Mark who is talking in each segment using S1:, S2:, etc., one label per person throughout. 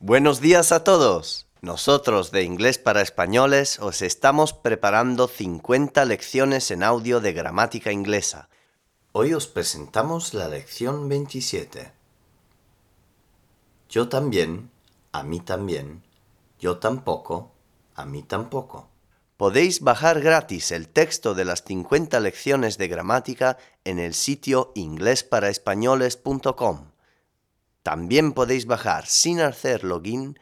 S1: Buenos días a todos. Nosotros de Inglés para Españoles os estamos preparando 50 lecciones en audio de gramática inglesa. Hoy os presentamos la lección 27. Yo también, a mí también, yo tampoco, a mí tampoco. Podéis bajar gratis el texto de las 50 lecciones de gramática en el sitio inglesparaespañoles.com. También podéis bajar sin hacer login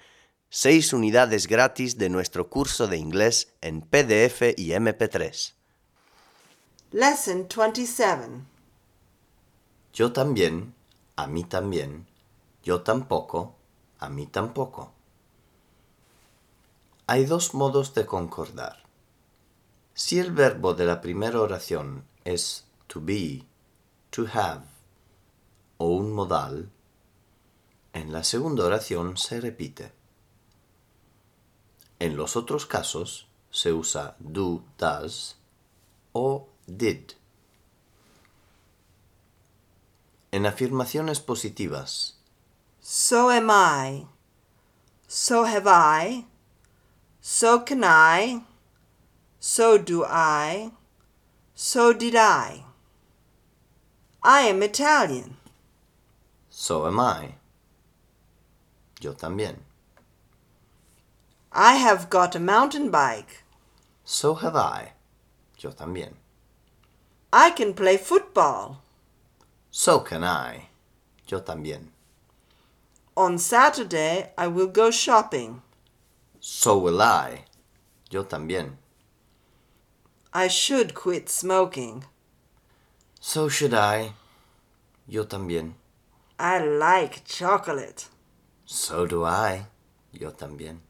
S1: 6 unidades gratis de nuestro curso de inglés en PDF y MP3.
S2: Lesson 27.
S1: Yo también, a mí también, yo tampoco, a mí tampoco. Hay dos modos de concordar. Si el verbo de la primera oración es to be, to have o un modal, en la segunda oración se repite. En los otros casos se usa do, does o did. En afirmaciones positivas,
S2: So am I. So have I. So can I. So do I. So did I. I am Italian.
S1: So am I. Yo también.
S2: I have got a mountain bike.
S1: So have I. Yo también.
S2: I can play football.
S1: So can I. Yo también.
S2: On Saturday, I will go shopping.
S1: So will I. Yo también.
S2: I should quit smoking.
S1: So should I. Yo también.
S2: I like chocolate.
S1: So do I. Yo también.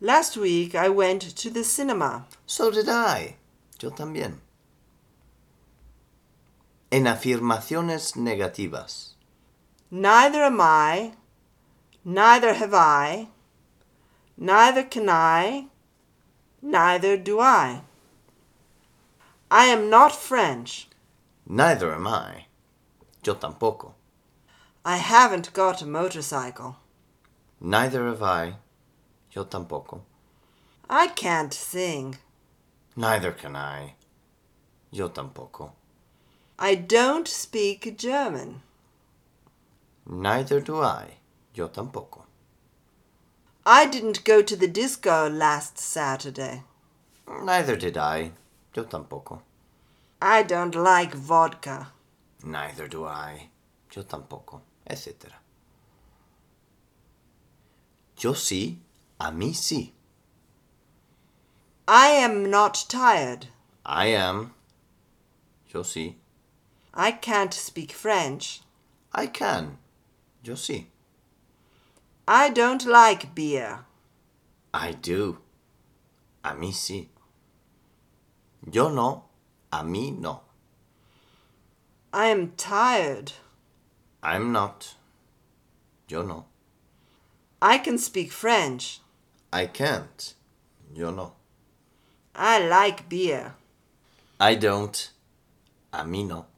S2: Last week, I went to the cinema.
S1: So did I. Yo también. En afirmaciones negativas.
S2: Neither am I, neither have I, neither can I, neither do I. I am not French.
S1: Neither am I. Yo tampoco.
S2: I haven't got a motorcycle.
S1: Neither have I. Yo tampoco.
S2: I can't sing.
S1: Neither can I. Yo tampoco.
S2: I don't speak German.
S1: Neither do I. Yo tampoco.
S2: I didn't go to the disco last Saturday.
S1: Neither did I. Yo tampoco.
S2: I don't like vodka.
S1: Neither do I. Yo tampoco. Etc. Yo sí. A mí sí.
S2: I am not tired.
S1: I am. Yo sí.
S2: I can't speak French.
S1: I can. Yo sí.
S2: I don't like beer.
S1: I do. A mí sí. Yo no. A mí no.
S2: I am tired.
S1: I'm not. Yo no.
S2: I can speak French.
S1: I can't. Yo no.
S2: I like beer.
S1: I don't. A mí no.